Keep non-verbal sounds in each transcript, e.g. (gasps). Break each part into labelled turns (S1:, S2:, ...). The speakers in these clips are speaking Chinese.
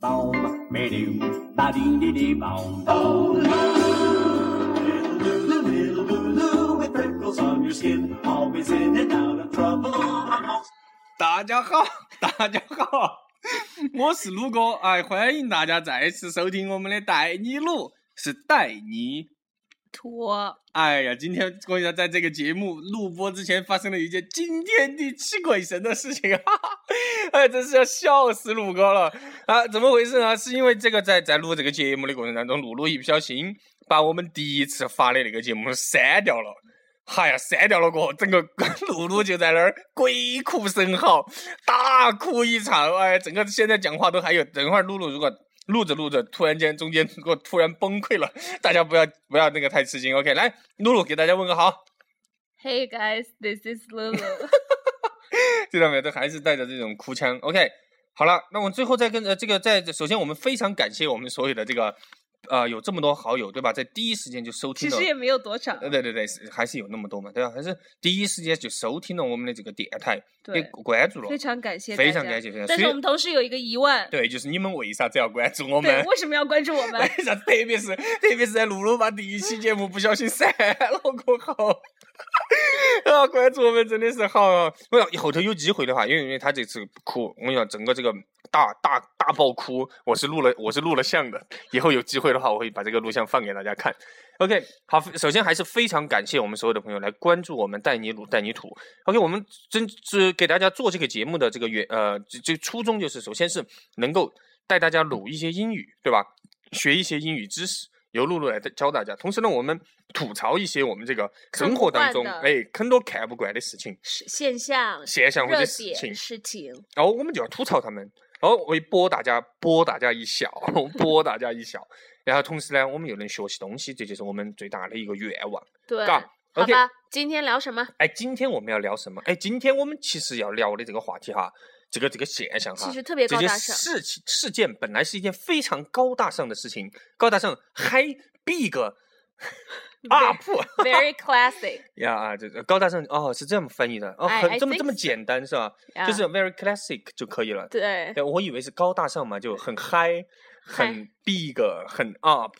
S1: Boom, me doo, ba dee dee dee boom. Oh, Lulu, little Lulu, little Lulu, with freckles on your skin, always in and out of trouble. I'm all
S2: 大家好， (laughs) 大家好，我是鲁哥，哎，欢迎大家再次收听我们的带你鲁，是带你。
S3: 拖
S2: 哎呀，今天关于在这个节目录播之前发生了一件惊天地泣鬼神的事情，哈哈，哎，真是要笑死鲁哥了啊！怎么回事呢？是因为这个在在录这个节目的过程当中，鲁鲁一不小心把我们第一次发的那个节目删掉了。哎呀，删掉了过后，整个 (laughs) 露露就在那儿鬼哭神嚎，大哭一场。哎，整个现在讲话都还有。等会儿露露如果录着录着，突然间中间如果突然崩溃了，大家不要不要那个太吃惊。OK，来，露露给大家问个好， (laughs)
S3: Hey guys, this is Lulu
S2: 听到没有？这还是带着这种哭腔。OK，好了，那我们最后再跟呃这个在首先我们非常感谢我们所有的这个呃有这么多好友对吧，在第一时间就收 (laughs) 听
S3: 其
S2: 了。
S3: 实也没有多少，
S2: 呃，对对对，是还是有那么多嘛，对吧？还是第一时间就收听了我们的这个电台，给
S3: 对，
S2: 关注了，
S3: 非常感谢，
S2: 非常感。谢，非常。
S3: 但是
S2: 所以
S3: 我们同时有一个疑问，
S2: 对，就是你们为啥子要关注我
S3: 对，
S2: 们？
S3: 为什么要关注我们？
S2: 为啥？特别是特别是在露露把第一期节目不小心删了过后， (laughs) 啊，关注我们真的是好。我要后头有机会的话，因为因为他这次哭，我跟你讲，整个这个大大大爆哭，我是录了我是录了像的。以后有机会的话，我会把这个录像放给大家看。OK，好，首先还是非常感谢我们所有的朋友来关注我们带你鲁带你土。OK，我们真是给大家做这个节目的这个原呃这这初衷就是，首先是能够带大家鲁一些英语，对吧？学一些英语知识，由露露来教大家。同时呢，我们吐槽一些我们这个生活当中
S3: 看不惯
S2: 哎很多看不惯的事情、
S3: 是现象、
S2: 现象或
S3: 热
S2: 者事情
S3: 点、，事情，
S2: 然后我们就要吐槽他们，哦然后为博大家博大家一 (laughs) 笑，博大家一笑。然后同时呢，我们又能学习东西，这就是我们最大的一个愿望。
S3: 对，
S2: 杠
S3: 好
S2: OK
S3: 吧，今天聊什么？
S2: 哎，今天我们要聊什么？哎，今天我们其实要聊的这个话题哈，这个这个现象哈，
S3: 其实特别
S2: 这
S3: 高
S2: 件
S3: 大上，
S2: 事情事件本来是一件非常高大上的事情，高大上嗨 big
S3: (laughs)
S2: up (laughs)
S3: ，very classic，
S2: 呀啊，这个高大上哦是这么翻译的哦，
S3: I-
S2: 很
S3: I
S2: 这么
S3: think
S2: 这么简单是吧？就是 very classic 就可以了。
S3: 对，
S2: 对，我以为是高大上嘛，就很嗨，
S3: 嗨
S2: 很 big，很 up，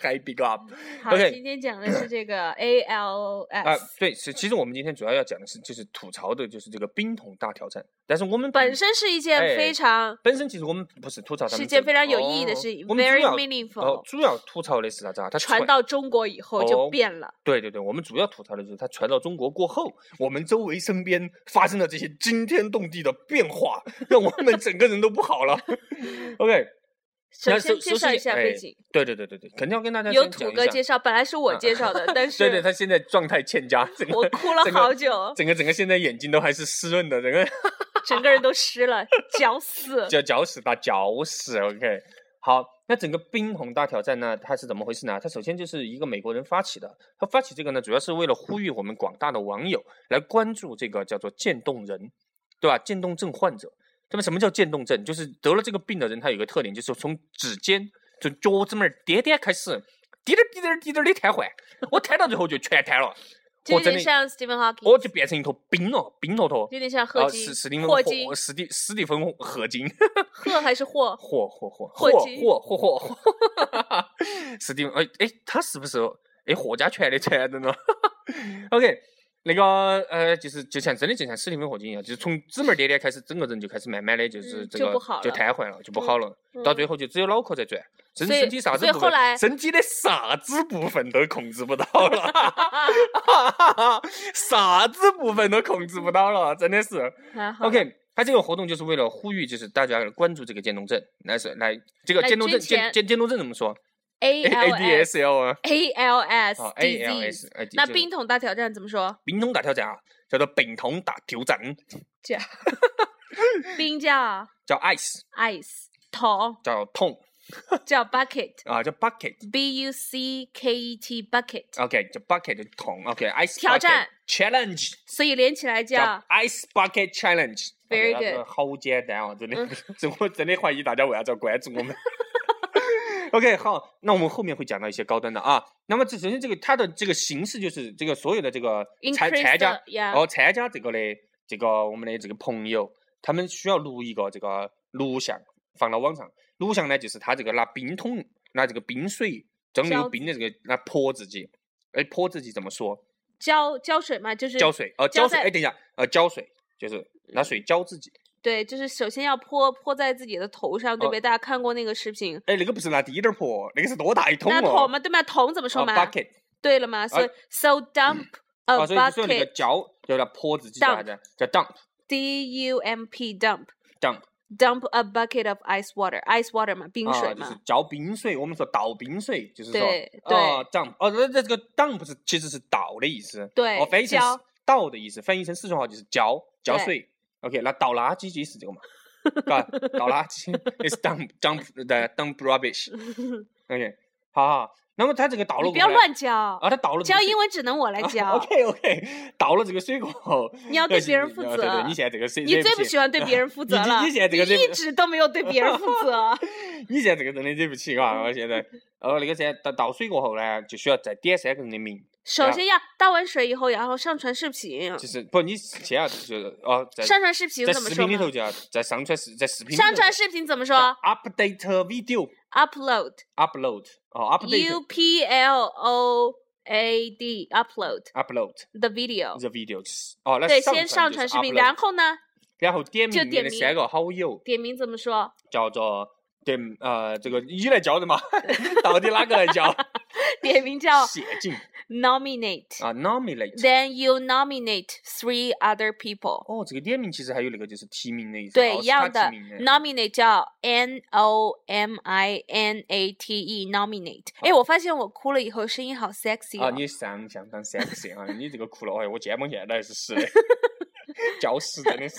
S2: 嗨 big up。
S3: 好，
S2: OK
S3: 今天讲的是这个 ALS，
S2: 啊，对，是其实我们今天主要要讲的是，就是吐槽的，就是这个冰桶大挑战。但是我们
S3: 本身是一件
S2: 哎
S3: 非常
S2: 本身其实我们不是吐槽他们
S3: 是
S2: 这，
S3: 件非常有意义的
S2: 哦
S3: 事情
S2: 我们主
S3: ，very
S2: 要哦
S3: meaningful，。
S2: 主要吐槽的是啥子啊？它
S3: 传到中国以后
S2: 哦
S3: 就变了，
S2: 对对对，我们主要吐槽的就是它传到中国过后，我们周围身边发生了这些惊天动地的变化，让我们整个人都不好了。OK，
S3: 首
S2: 那
S3: 先
S2: 首
S3: 介
S2: 首
S3: 绍
S2: 先
S3: 一下
S2: 哎
S3: 背景，
S2: 对对对对对，肯定要跟大家
S3: 由
S2: 先讲
S3: 土
S2: 一
S3: 哥
S2: 下嗯
S3: 介绍，本来是我
S2: (laughs)
S3: 介绍的，但是
S2: 对对，他现在状态欠佳，整
S3: 我
S2: 个
S3: 哭了
S2: 整个
S3: 好久，
S2: 整个整个现在眼睛都还是湿润的，整个
S3: 整个人都湿了，
S2: (laughs)
S3: 绞死。 (laughs)
S2: 叫搅屎打搅屎。OK，好，那整个冰桶大挑战呢，它是怎么回事呢？它首先就是一个美国人发起的，他发起这个呢，主要是为了呼吁我们广大的网友来关注这个叫做渐冻人，对吧？渐冻症患者，对吧？什么叫渐冻症？就是得了这个病的人，他有一个特点，就是从指尖从脚趾门儿点点开始，滴点儿滴点儿滴点儿的瘫痪，我瘫到最后就全瘫了，
S3: 就
S2: 我
S3: 有
S2: 真
S3: 点
S2: 的。
S3: 像 Stephen Hawking，
S2: 我就变成一坨冰了，冰坨坨。
S3: 有点像
S2: 啊，
S3: 赫金
S2: 史史蒂，芬
S3: 霍
S2: 霍
S3: 金，
S2: 史蒂史蒂芬霍金，
S3: 赫还是
S2: (laughs)
S3: 霍？ (laughs)
S2: 霍霍霍
S3: 霍
S2: 霍
S3: 金
S2: 霍霍霍 (laughs) 霍，史蒂芬哎哎，他是不是哎霍家拳的传人呢 (laughs) ？OK，那个呃，就是就像真的就像史蒂芬霍金一样，就是从指门儿点点开始，整个人就开始慢慢的就是
S3: 嗯
S2: 这
S3: 就
S2: 个
S3: 不好
S2: 就
S3: 了
S2: 瘫痪了，就不
S3: 嗯
S2: 好了，到最
S3: 嗯
S2: 后就只有脑壳在转，身
S3: 所以
S2: 身体啥子
S3: 所以
S2: 部
S3: 后
S2: 分
S3: 来
S2: 身体的啥子部分都控制不到了。 (laughs) 啥子部分都控制不到了，真的是。
S3: 还好
S2: OK，他这个活动就是为了呼吁，就是大家关注这个渐冻症，来是来这个
S3: 来
S2: 渐冻症
S3: 之前
S2: 渐渐渐冻症怎么说
S3: A L S
S2: ？ADSL 啊，
S3: A L S
S2: 好
S3: disease。
S2: ALS，哎，
S3: 那
S2: 就是
S3: 冰桶大挑战怎么说？
S2: 冰桶大挑战啊，叫做冰桶大挑战， (laughs)
S3: 叫冰叫
S2: 叫 ice，
S3: ice，桶
S2: (laughs) 叫桶
S3: 叫 bucket。
S2: 啊，叫 bucket。
S3: B U C K E T bucket，
S2: OK，叫 bucket 就是桶，OK，ice
S3: 挑战
S2: bucket challenge
S3: 所以连起来
S2: 叫
S3: 叫
S2: ice bucket challenge。
S3: Very
S2: 啊这个
S3: good
S2: 好简单哦，真的 (laughs)
S3: 嗯，
S2: 这我真的怀疑大家为啥子要关注我们。OK，好，那我们后面会讲到一些高端的啊。那么这首先这个它的这个形式就是这个所有的这个参
S3: increase
S2: 参加
S3: the- yeah
S2: 然后参加这个的这个我们的这个朋友，他们需要录一个这个录像，放到网上。录像呢，就是他这个拿冰桶拿这个冰水蒸
S3: 浇
S2: 溜冰的这个来泼自己。哎，泼自己怎么说？
S3: 浇浇水嘛，就是
S2: 浇水哦，浇
S3: 浇
S2: 水。
S3: 在嗯
S2: 哎，等一下，呃，浇水就是拿水浇自己。
S3: 对，就是首先要泼泼在自己的头上，对
S2: 哦
S3: 不对？大家看过那个视频，
S2: 哎，那个不是拿滴点儿泼，那个是多大一桶
S3: 那
S2: 哦
S3: 桶？嘛，对嘛，桶怎么说
S2: 哦
S3: 嘛？
S2: ，bucket 啊
S3: 对了嘛，所以 so dump a
S2: 啊，所以就是那个
S3: bucket
S2: 浇，叫它泼自己叫啥子？叫 dump
S3: d u m p dump
S2: dump
S3: dump a bucket of ice water ice water 嘛，冰
S2: 啊，
S3: 水
S2: 就是
S3: 嘛，
S2: 浇冰水。我们说倒冰水，就是说
S3: 对
S2: 啊 dump 哦，那这这个 dump 是其实是倒的意思。
S3: 对
S2: 哦，翻译成
S3: 浇
S2: 是倒的意思，翻译成四川话就是浇浇
S3: 对
S2: 水。OK，那倒垃圾就是这个嘛，嘎，倒垃圾 (laughs) is dump dump 的 dump
S3: (laughs)
S2: rubbish。OK，好好，那么它这个倒了
S3: 你
S2: 过
S3: 不要
S2: 来
S3: 乱浇，
S2: 啊，它倒了这个
S3: 浇
S2: 水
S3: 英文只能我来教，
S2: OK OK，倒了这个水果后，
S3: (laughs) 你要对
S2: 是
S3: 别人负
S2: 呃
S3: 责
S2: 对对，你现在这个谁？
S3: 你
S2: 谁
S3: 最不喜欢对别人负责
S2: 你
S3: 了，
S2: 你现在这个
S3: 你
S2: 人
S3: 一直都没有对别人负责，
S2: 你现在这个真的惹不起，嘎！我现在，呃，那个噻，倒倒水过后呢，就需要再点三个人的
S3: 嗯
S2: 名，
S3: 首先要倒完水以后，然后上传视频，
S2: 就是不，你先要就是哦，在
S3: 上传视频
S2: 在
S3: 怎么
S2: 视
S3: 说
S2: 频里头
S3: 嘛？
S2: 就要在上传视在视频里头
S3: 上传视频怎么
S2: 叫
S3: 说
S2: update video
S3: ？upload
S2: upload 哦
S3: u
S2: update
S3: p l o a d upload
S2: upload
S3: the video。
S2: the videos 哦，那
S3: 对，先
S2: 上传
S3: 上传
S2: 就是
S3: 视频，
S2: upload
S3: 然后呢，
S2: 然后点
S3: 就
S2: 名你
S3: 点
S2: 的
S3: 名
S2: 三个好友
S3: 点名怎么 (laughs) 说？
S2: 叫做点呃这个你来教的嘛， (laughs) 到底哪个来
S3: (laughs)
S2: 教？
S3: 点名叫
S2: 写进
S3: nominate。
S2: 啊，nominate。
S3: Then you nominate three other people。
S2: 哦，这个点名其实还有那个就是提名的意思，
S3: 对，
S2: 哦
S3: 一样的。。
S2: 是他提名
S3: oh, nominate 叫 n o m i n a t e nominate。哎，我发现我哭了以后声音好 sexy
S2: 啊，
S3: 哦。
S2: 你相相当 sexy 啊！你这个哭了，哎，我肩膀现在还是湿的， (laughs) 叫湿真的是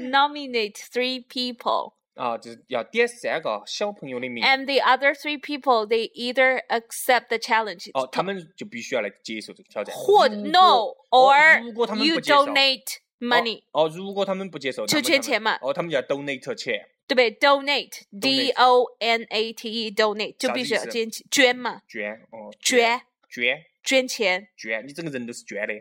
S3: Nominate three people。
S2: 啊，就是要点三个小朋友的名，
S3: And the other three people, they either accept the challenge，
S2: 哦，他们就必须要来接受这个挑战。
S3: 或
S2: 如果
S3: no
S2: 哦
S3: or
S2: 如果他们
S3: you
S2: 不接受
S3: donate money，
S2: 哦，哦如果他们不接受，
S3: 就
S2: 他们
S3: 缺钱嘛
S2: 他们哦，他们就要 donate 钱，
S3: 对不对？donate d
S2: Donate
S3: o n a t e donate 就
S2: 啥
S3: 必
S2: 子
S3: 须
S2: 意
S3: 要
S2: 思
S3: 捐钱捐嘛，
S2: 捐哦，
S3: 捐
S2: 捐
S3: 捐钱，
S2: 捐，你整个人都是捐的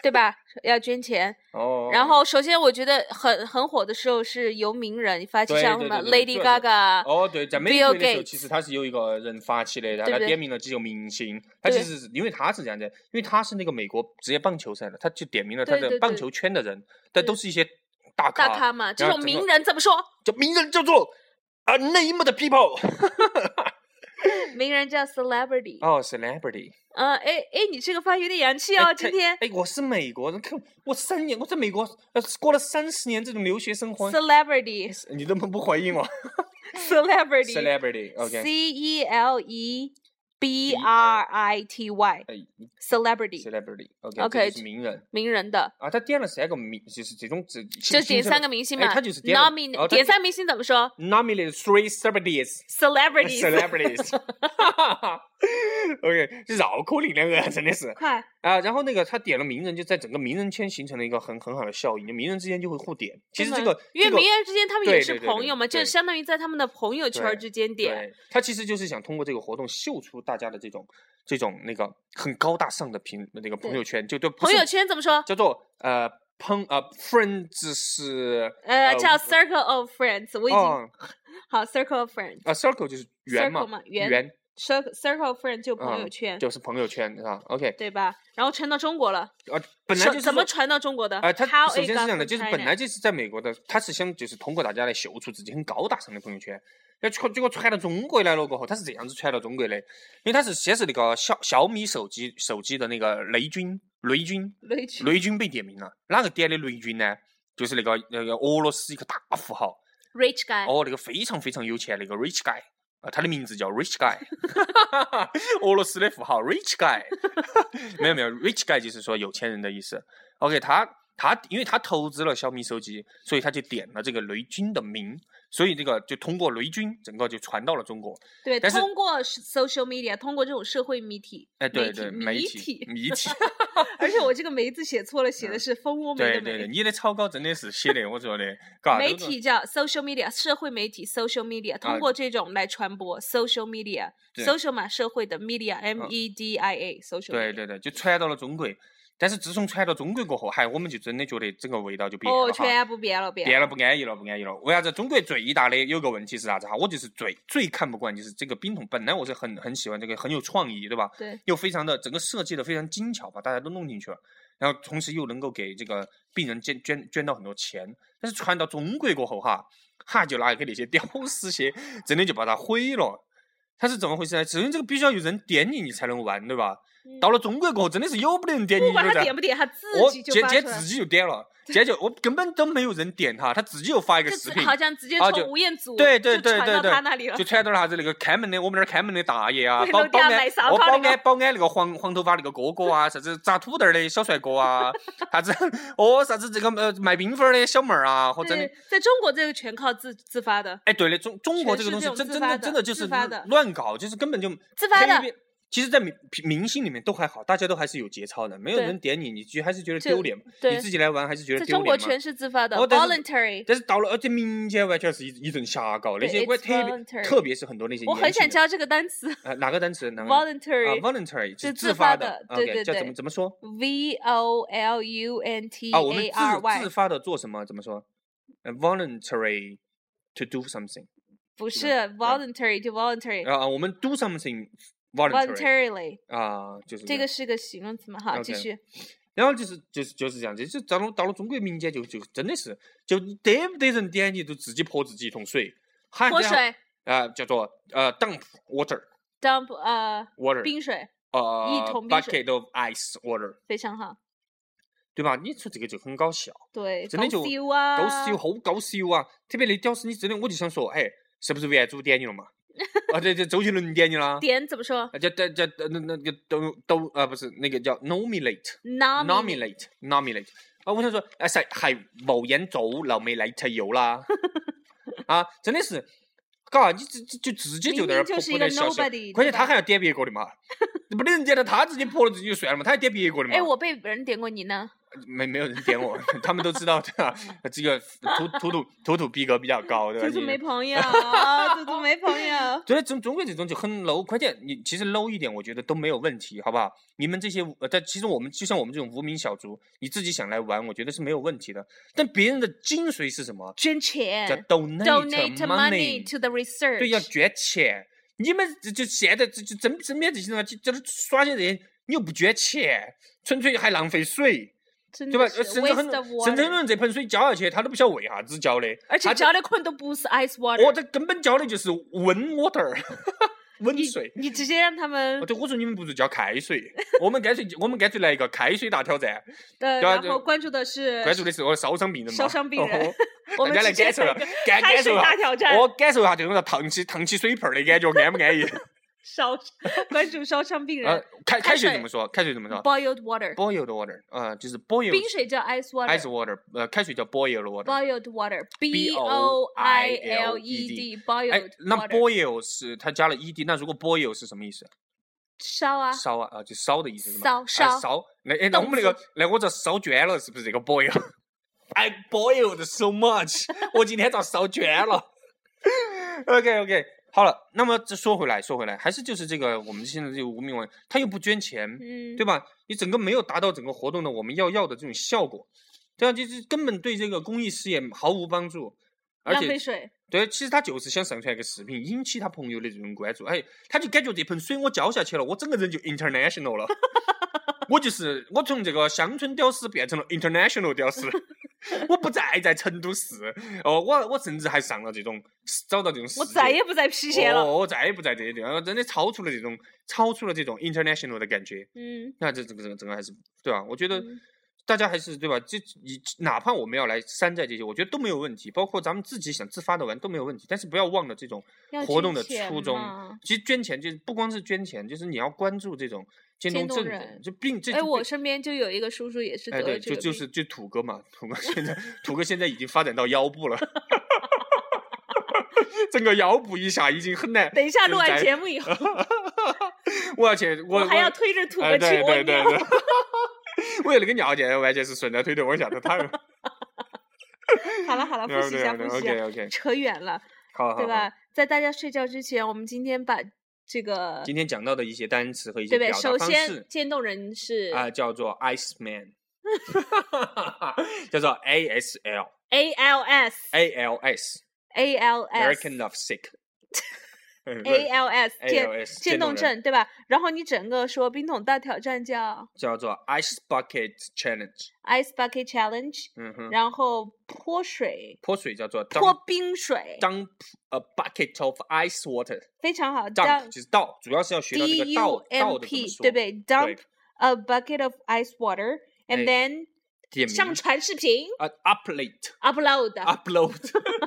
S3: 对吧？要捐钱。
S2: 哦。
S3: 然后，首先我觉得很很火的时候是由名人发起，
S2: 对
S3: 像什
S2: 对
S3: 么
S2: 对对
S3: Lady
S2: 这是
S3: Gaga，
S2: 哦，对，在美
S3: Bill
S2: 国的时候，其
S3: Gates
S2: 实他是有一个人发起的，然后
S3: 对
S2: 他
S3: 不对
S2: 点名了几个明星。他
S3: 对
S2: 其实是因为他是这样子，因为他是那个美国职业棒球赛的，他就点名了他
S3: 对对
S2: 的
S3: 对
S2: 棒球圈的人，但都是一些大咖，
S3: 大咖嘛，这
S2: 然后
S3: 种
S2: 整个
S3: 名人怎么说？
S2: 叫名人叫做 unnamed people，
S3: 名人叫 celebrity。
S2: 哦，celebrity。
S3: 嗯，哎哎，你这个发音有点洋气哦，
S2: 哎
S3: 今
S2: 他
S3: 天
S2: 哎，我是美国人，看我三年，我在美国呃过了三十年这种留学生活， (laughs)
S3: celebrity
S2: 你都不不回应我
S3: celebrity
S2: ，celebrity，OK，
S3: c e l e b r i t y
S2: 哎
S3: celebrity
S2: ，celebrity，OK，
S3: OK，
S2: 这就是名人。
S3: 名人的。
S2: 啊，他点了三个明，就是这种这
S3: 就点三个明星嘛，
S2: 他就是点了
S3: nomin
S2: 哦他
S3: 点三明星怎
S2: (laughs)
S3: 么说
S2: nominated three celebrities。
S3: (laughs)
S2: (laughs)
S3: ？celebrities，
S2: Celebrities，哈哈，OK，这绕口令两个真的是
S3: 快
S2: 啊。然后那个他点了名人，就在整个名人圈形成了一个很很好的效应，就名人之间就会互点。其实
S3: 真
S2: 这
S3: 的
S2: 个
S3: 因为
S2: 这个
S3: 名人之间他们
S2: 对
S3: 也
S2: 对
S3: 是
S2: 对
S3: 朋友嘛，
S2: 对
S3: 就
S2: 对
S3: 相当于在他们的朋友圈
S2: 对
S3: 之间点。
S2: 对，他其实就是想通过这个活动秀出大家的这种这种那个很高大上的评那个朋友圈，就对不
S3: 朋
S2: 是
S3: 友圈怎么说？
S2: 叫做呃朋呃 friends 是
S3: 呃，
S2: 呃
S3: 叫 circle of friends。我已经
S2: 哦
S3: 好 circle of friends，
S2: 啊，circle 就是圆
S3: Circle 嘛圆
S2: 圆
S3: circle circle of friends 就朋友
S2: 嗯
S3: (laughs) 圈，
S2: 就是朋友圈是吧？OK，
S3: 对吧？然后传到中国了，
S2: 呃，本来
S3: 说
S2: 就是
S3: 怎么
S2: 说
S3: 传到中国的？
S2: 呃，他
S3: How
S2: 首先
S3: it
S2: 是
S3: got
S2: 这样的，
S3: from
S2: 就是本
S3: China
S2: 来就是在美国的，他是想就是通过大家来秀出自己很高大上的朋友圈，那结果结果传到中国来了过后，他是这样子传到中国的，因为他是先是那个小小米手机手机的那个雷军雷军
S3: 雷军
S2: 雷军被点名了，哪个点的雷军呢？就是那个那个俄罗斯一个大富豪，
S3: rich guy，
S2: 哦，那个非常非常有钱那个 rich guy。啊，他的名字叫 Rich
S3: (laughs)
S2: Guy，俄罗斯的富豪 Rich Guy，没有没有，Rich Guy 就是说有钱人的意思。OK，他他因为他投资了小米手机，所以他就点了这个雷军的名，所以这个就通过雷军整个就传到了中国。
S3: 对，
S2: 但是
S3: 通过 social media，通过这种社会媒体，
S2: 哎，对对，媒
S3: 媒
S2: 体
S3: 体，
S2: 媒体，
S3: 而且我这个“媒”字写错了，写的是蜂窝煤
S2: 嗯对
S3: 的“
S2: 对
S3: 煤
S2: 对，”。你的草稿真的是写的，我说的，嘎，
S3: 媒
S2: 都是
S3: 体叫 social media，社会媒体 social media，通过这种来传播 social media。
S2: 啊对嗯
S3: social 嘛，社会的 media，m e d i a social。
S2: 对。对对，就传到了中国。但是自从传到中国过后，嗨，我们就真的觉得整个味道就变
S3: 哦，
S2: 了哈。
S3: 全部变了变
S2: 变了不安逸了，不安逸了。为啥子中国最大的有个问题是啥子哈？我就是最最看不惯，就是这个冰桶本来我是很很喜欢这个，很有创意，对吧？
S3: 对，
S2: 又非常的整个设计的非常精巧，把大家都弄进去了，然后同时又能够给这个病人捐捐捐到很多钱。但是传到中国过后哈，哈就拿给那些屌丝些，真的就把它毁了。它是怎么回事呢？首先这个必须要有人点你，你才能玩，对吧？
S3: 嗯
S2: 到了中国过后，真的是有不得人点你，你
S3: 不管
S2: 就
S3: 他
S2: 在
S3: 点不点，他自
S2: 我
S3: 己
S2: 姐
S3: 就发
S2: 姐
S3: 出来
S2: 自己就点
S3: (laughs)
S2: 了，姐就我根本都没有人点他，他自己又发一个
S3: 就
S2: 视
S3: 自
S2: 频，
S3: 好像直接
S2: 啊
S3: 从
S2: 就
S3: 吴彦祖
S2: 对对
S3: 就
S2: 对
S3: 传
S2: 对
S3: 到
S2: 对
S3: 他那里了
S2: 就，传到了啥子那个看门的，我们那儿看门的大爷啊，
S3: 对
S2: 保
S3: 楼
S2: 保
S3: 底下
S2: 安
S3: 卖烧
S2: 哦
S3: 烤
S2: 保
S3: 的
S2: 安保安那个黄黄头发那个哥哥啊，啥子炸土豆儿的小帅哥啊，啥子哦啥子这个呃卖冰粉儿的小妹儿啊，或者
S3: 对，在中国这个全靠自自发的，
S2: 哎对的，中中国
S3: 全
S2: 这个
S3: 是
S2: 东西
S3: 这种
S2: 真
S3: 自
S2: 真
S3: 发
S2: 的
S3: 的
S2: 真的就是
S3: 自发的
S2: 乱搞，就是根本就
S3: 自发的
S2: 黑边。其实，在明明星里面都还好，大家都还是有节操的，没有
S3: 对
S2: 人点你，你就还是觉得
S3: 就
S2: 丢脸嘛。你
S3: 对
S2: 自己来玩还是觉
S3: 在
S2: 得丢
S3: 中
S2: 脸嘛。
S3: 国全是自发的
S2: 哦但是
S3: ，voluntary。
S2: 但是到了，而且民间完全是一一阵瞎搞，那
S3: 对
S2: 些我
S3: it's
S2: 特别
S3: voluntary
S2: 特别是很多那些
S3: 我
S2: 年
S3: 很
S2: 轻
S3: 想
S2: 人
S3: 教这个单词
S2: 呃哪个单词
S3: (laughs)
S2: 哪个啊
S3: voluntary。
S2: voluntary 自
S3: 是自
S2: 发
S3: 发
S2: 的
S3: 的对
S2: OK，
S3: 对
S2: 叫怎
S3: 对
S2: 么怎么说
S3: V O L U N T
S2: 啊？我
S3: A
S2: 们
S3: R
S2: 自自
S3: Y
S2: 发的做什么？怎么说呃？voluntary to do something
S3: 不是
S2: 对
S3: voluntary 就 voluntary
S2: 啊啊，我们 do something voluntary
S3: voluntarily
S2: 啊，就是
S3: 这
S2: 样
S3: 个是个形容词嘛？好，继
S2: OK
S3: 续。
S2: 然后就是就是就是这样子，就到了到了中国民间就就真的是就得不得人点你就自己泼自己一桶水，喊
S3: 泼
S2: 这样
S3: 水
S2: 啊叫做呃 dump water
S3: dump 呃
S2: water
S3: 冰水
S2: 呃
S3: 桶冰水
S2: bucket of ice water，
S3: 非常好，
S2: 对吧？你说这个就很搞笑，
S3: 对，
S2: 真的就
S3: 搞笑啊，
S2: 搞笑，好搞笑啊！特别那屌丝，你真的我就想说，哎，是不是原主点你了嘛？啊，对对，周杰伦点你
S3: (laughs)
S2: 了，
S3: 点怎么说
S2: 啊，叫叫叫那那个都都啊，不是那个叫 nominate
S3: ？nominate
S2: nominate nominate 啊，我想说，哎，是系无人做，留未来才有
S3: (laughs)
S2: 啦，啊，真的是。嘎，你这这就直接就在那儿
S3: 明明
S2: 泼
S3: 就是
S2: 泼
S3: 一个
S2: 点小事
S3: nobody，，
S2: 关键
S3: 对
S2: 他
S3: 吧
S2: 还要点别个的嘛，没得人点的，他自己泼了自己就算了嘛，他还点别个的嘛。
S3: 哎，我被人点过你呢，
S2: 没没有人点我， (laughs) 他们都知道对吧？这个土土土土土逼格比较高，对吧？啊
S3: 兔兔
S2: 你
S3: 没朋
S2: (laughs)
S3: 友，兔兔没朋友。
S2: 对，中中国这种就很 low，关键你其实 low 一点，我觉得都没有问题，好不好？你们这些，呃，但其实我们就像我们这种无名小卒，你自己想来玩，我觉得是没有问题的。但别人的精髓是什么？
S3: 捐
S2: 叫
S3: 钱
S2: donate
S3: money
S2: money，
S3: to the research。
S2: 对，要捐钱。你们这就现在这就身身边这些人啊，就在这耍些这些，你又不捐钱，纯粹还浪费水。
S3: 真
S2: 对吧？
S3: 的
S2: 呃
S3: 嗯是
S2: 甚至很
S3: waste
S2: 多
S3: of
S2: 甚至很
S3: water。
S2: 多人这盆水浇下去，他都不晓得为啥子浇的，
S3: 而且
S2: 他就
S3: 浇的困都不是 ice
S2: 哦，
S3: water，
S2: 这根本浇的就是温 water，温 (laughs)
S3: 你
S2: 水。
S3: 你直接让他们
S2: 哦，对，我说你们不如浇开
S3: (laughs)
S2: 水，我们干脆我们干脆来一个开水大挑战，
S3: 呃，
S2: 对啊
S3: 然
S2: 对
S3: 后关注的是
S2: 关注的是我烧伤病人嘛，
S3: 烧伤病人
S2: 哦，
S3: 我
S2: 大
S3: 们
S2: 家来
S3: 直接
S2: 感受了
S3: 来一个，
S2: 感
S3: 开
S2: 感
S3: 水
S2: 受
S3: 大
S2: 下，
S3: 挑战，
S2: 我感受一下这种叫烫起烫起水盆儿的感觉，安不安
S3: (laughs)
S2: 逸？
S3: 烧关注烧伤病
S2: 呃
S3: 人，
S2: 开
S3: 开
S2: 开水
S3: 水
S2: 怎么说？开水怎么说
S3: boiled water，
S2: 啊？boiled water，呃，就是 boiled
S3: 冰水叫 ice
S2: ice
S3: water。
S2: water，呃，开水叫 boiled water。
S3: Boiled water, B O I L E
S2: B-O-I-L-E-D
S3: D, boiled
S2: 哎
S3: water，，
S2: 那 boil 是它加了 ed，那如果 boil 是什么意思？
S3: 烧啊，
S2: 烧啊啊，就烧的意思是吗？
S3: 烧
S2: 啊
S3: 烧
S2: 烧。那哎，那我
S3: 动
S2: 们那个，那我这烧卷了，是不是这个 boil？I boiled so much，我 (laughs) 今天遭烧卷了。OK OK，好 (laughs) 了，那么这说回来，说回来，还是就是这个我们现在这个无名文，他又不捐钱，
S3: 嗯
S2: 对，吧？你整个没有达到整个活动的我们要要的这种效果，对啊，就是根本对这个公益事业毫无帮助，而
S3: 浪
S2: 且
S3: 费水，
S2: 对，其实他就是想上传一个视频，引起他朋友的这种关注。哎，他就感觉这盆水我浇下去了，我整个人就 international 了。 (laughs) 我就是我从这个乡村屌丝变成了 international 屌丝， (laughs) 我不再在成都市。哦，我我甚至还上了这种找到这种世界，
S3: 我再也不再皮鞋了。
S2: 哦，我再也不在这些地方，真的超出了这种超出了这种 international 的感觉。
S3: 嗯，
S2: 那这这个这个整个还是对吧？我觉得
S3: 嗯
S2: 大家还是对吧？这你哪怕我们要来山寨这些，我觉得都没有问题，包括咱们自己想自发的玩都没有问题。但是不要忘了这种
S3: 要
S2: 活
S3: 捐
S2: 动的
S3: 钱
S2: 初衷
S3: 嘛。
S2: 其实捐钱就是不光是捐钱，就是你要关注这种渐冻
S3: 渐冻
S2: 症的，
S3: 人
S2: 就病这。
S3: 哎，
S2: 这
S3: 我
S2: 病
S3: 身边就有一个叔叔也是得
S2: 哎
S3: 了
S2: 对，就
S3: 这个
S2: 就
S3: 病
S2: 是就土哥嘛，土哥现
S3: (laughs)
S2: 在土哥现在已经发展到腰部了，整个腰部以下已经很难。
S3: 等一下
S2: 就
S3: 录
S2: 是
S3: 完
S2: 在
S3: 节目以后，
S2: 我要去， (laughs) 我
S3: (laughs) 我还
S2: 我
S3: 要推着土
S2: 哎
S3: 哥去
S2: 对
S3: 屙
S2: 对对
S3: 尿。
S2: 对， (laughs) 我那个尿垫完全是顺着腿头往下头
S3: (laughs)
S2: 躺。
S3: 好了好了，啊复习一下，复习一
S2: OK
S3: 下，
S2: OK，
S3: 扯远了，
S2: 好好好，
S3: 对吧？在大家睡觉之前，我们今天把这个
S2: 今天讲到的一些单词和一些
S3: 对不对？
S2: 表达
S3: 首
S2: 方
S3: 先
S2: 式，
S3: 渐冻人是
S2: 啊、叫做 Ice Man，叫做 ASL
S3: A L S
S2: ALS
S3: A L S
S2: American Love Sick (laughs) 嗯。
S3: A L S 渐
S2: ALS
S3: 渐冻
S2: 冻人
S3: 症对吧？然后你整个说冰桶大挑战叫
S2: 叫做 Ice Bucket Challenge，
S3: Ice Bucket Challenge，
S2: 嗯哼，
S3: 然后泼水
S2: 泼水叫做
S3: 泼
S2: dump
S3: 冰水，
S2: dump a 呃 bucket of ice water
S3: 非常好。
S2: dump
S3: 叫
S2: 就是倒，主要是要学到这
S3: D
S2: 个
S3: U
S2: 倒倒
S3: M
S2: 的怎么
S3: P，
S2: 说，
S3: 对不对
S2: 对
S3: ？Dump a bucket of ice water
S2: 哎
S3: and then
S2: 点名
S3: 上啊传视频
S2: 啊 upload
S3: ，upload。 (laughs)
S2: upload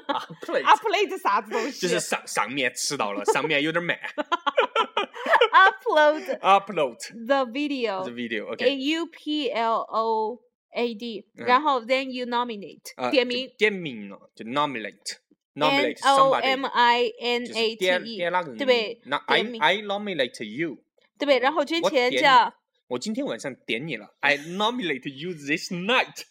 S2: upload
S3: upload 啥子东西？
S2: 就是上上面吃到了，上面有点慢
S3: (laughs) upload
S2: upload
S3: the
S2: the
S3: video
S2: video
S3: 哦 a
S2: OK
S3: u p l o a d，
S2: 嗯
S3: 然后 then you nominate
S2: 啊
S3: 点
S2: 就
S3: 名
S2: 点名了就 nominate
S3: n
S2: nominate
S3: o m
S2: somebody
S3: i n
S2: 就是
S3: a t
S2: 点点
S3: e，
S2: 那个人
S3: 对不对？
S2: 那 I
S3: 点名
S2: I nominate you
S3: 对不对？然后之
S2: 嗯我
S3: 前
S2: 点
S3: 叫
S2: 我今天晚上点你了，I nominate you this night，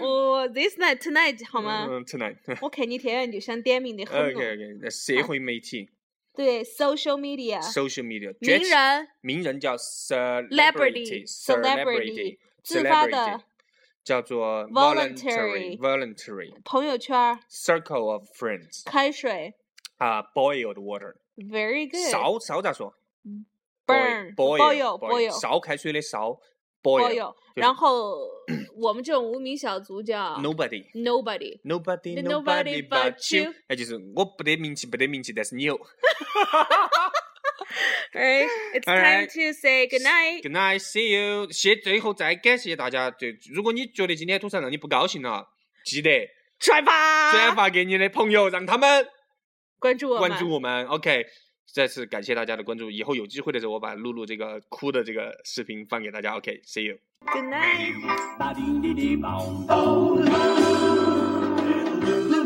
S3: 我哦 this night tonight 好吗？
S2: 嗯，tonight。
S3: 我看你天天就想点名的很
S2: OK
S3: 哦。
S2: OK，那社会媒体
S3: 对，social media，
S2: ，social media，
S3: 啊名
S2: 崛起
S3: 人
S2: 名人叫
S3: Celebrity，
S2: celebrity，celebrity，
S3: 自发的
S2: celebrity，叫做
S3: Voluntary
S2: voluntary，voluntary，circle
S3: 朋友圈儿
S2: of friends
S3: 开水
S2: 啊，boiled water，
S3: ，very good。
S2: 烧烧咋说
S3: burn
S2: ？boil，boil，
S3: boil，boil
S2: 烧开水的烧
S3: ，boil，
S2: ，boil，nobody，nobody，nobody，nobody，是
S3: 然后我们这种无名小卒叫 nobody。
S2: Nobody,
S3: Then nobody but you
S2: 哎，就是我不得名气，不得名气，但是你有。 (gasps)
S3: Alright, it's
S2: All
S3: time
S2: right.
S3: to say good night.
S2: Good night, see you。谢，最后再感谢大家。对，如果你觉得今天吐槽让你不高兴了，记得
S3: 转发，
S2: 转，发给你的朋友，让他们
S3: 关注我们，
S2: 关注我们。OK，再次感谢大家的关注。以后有机会的时候，我把露露这个哭的这个视频放给大家。OK，see、you。
S3: Good night.
S1: Ba-dee-dee-dee-bong. Oh, Lulu, Lulu,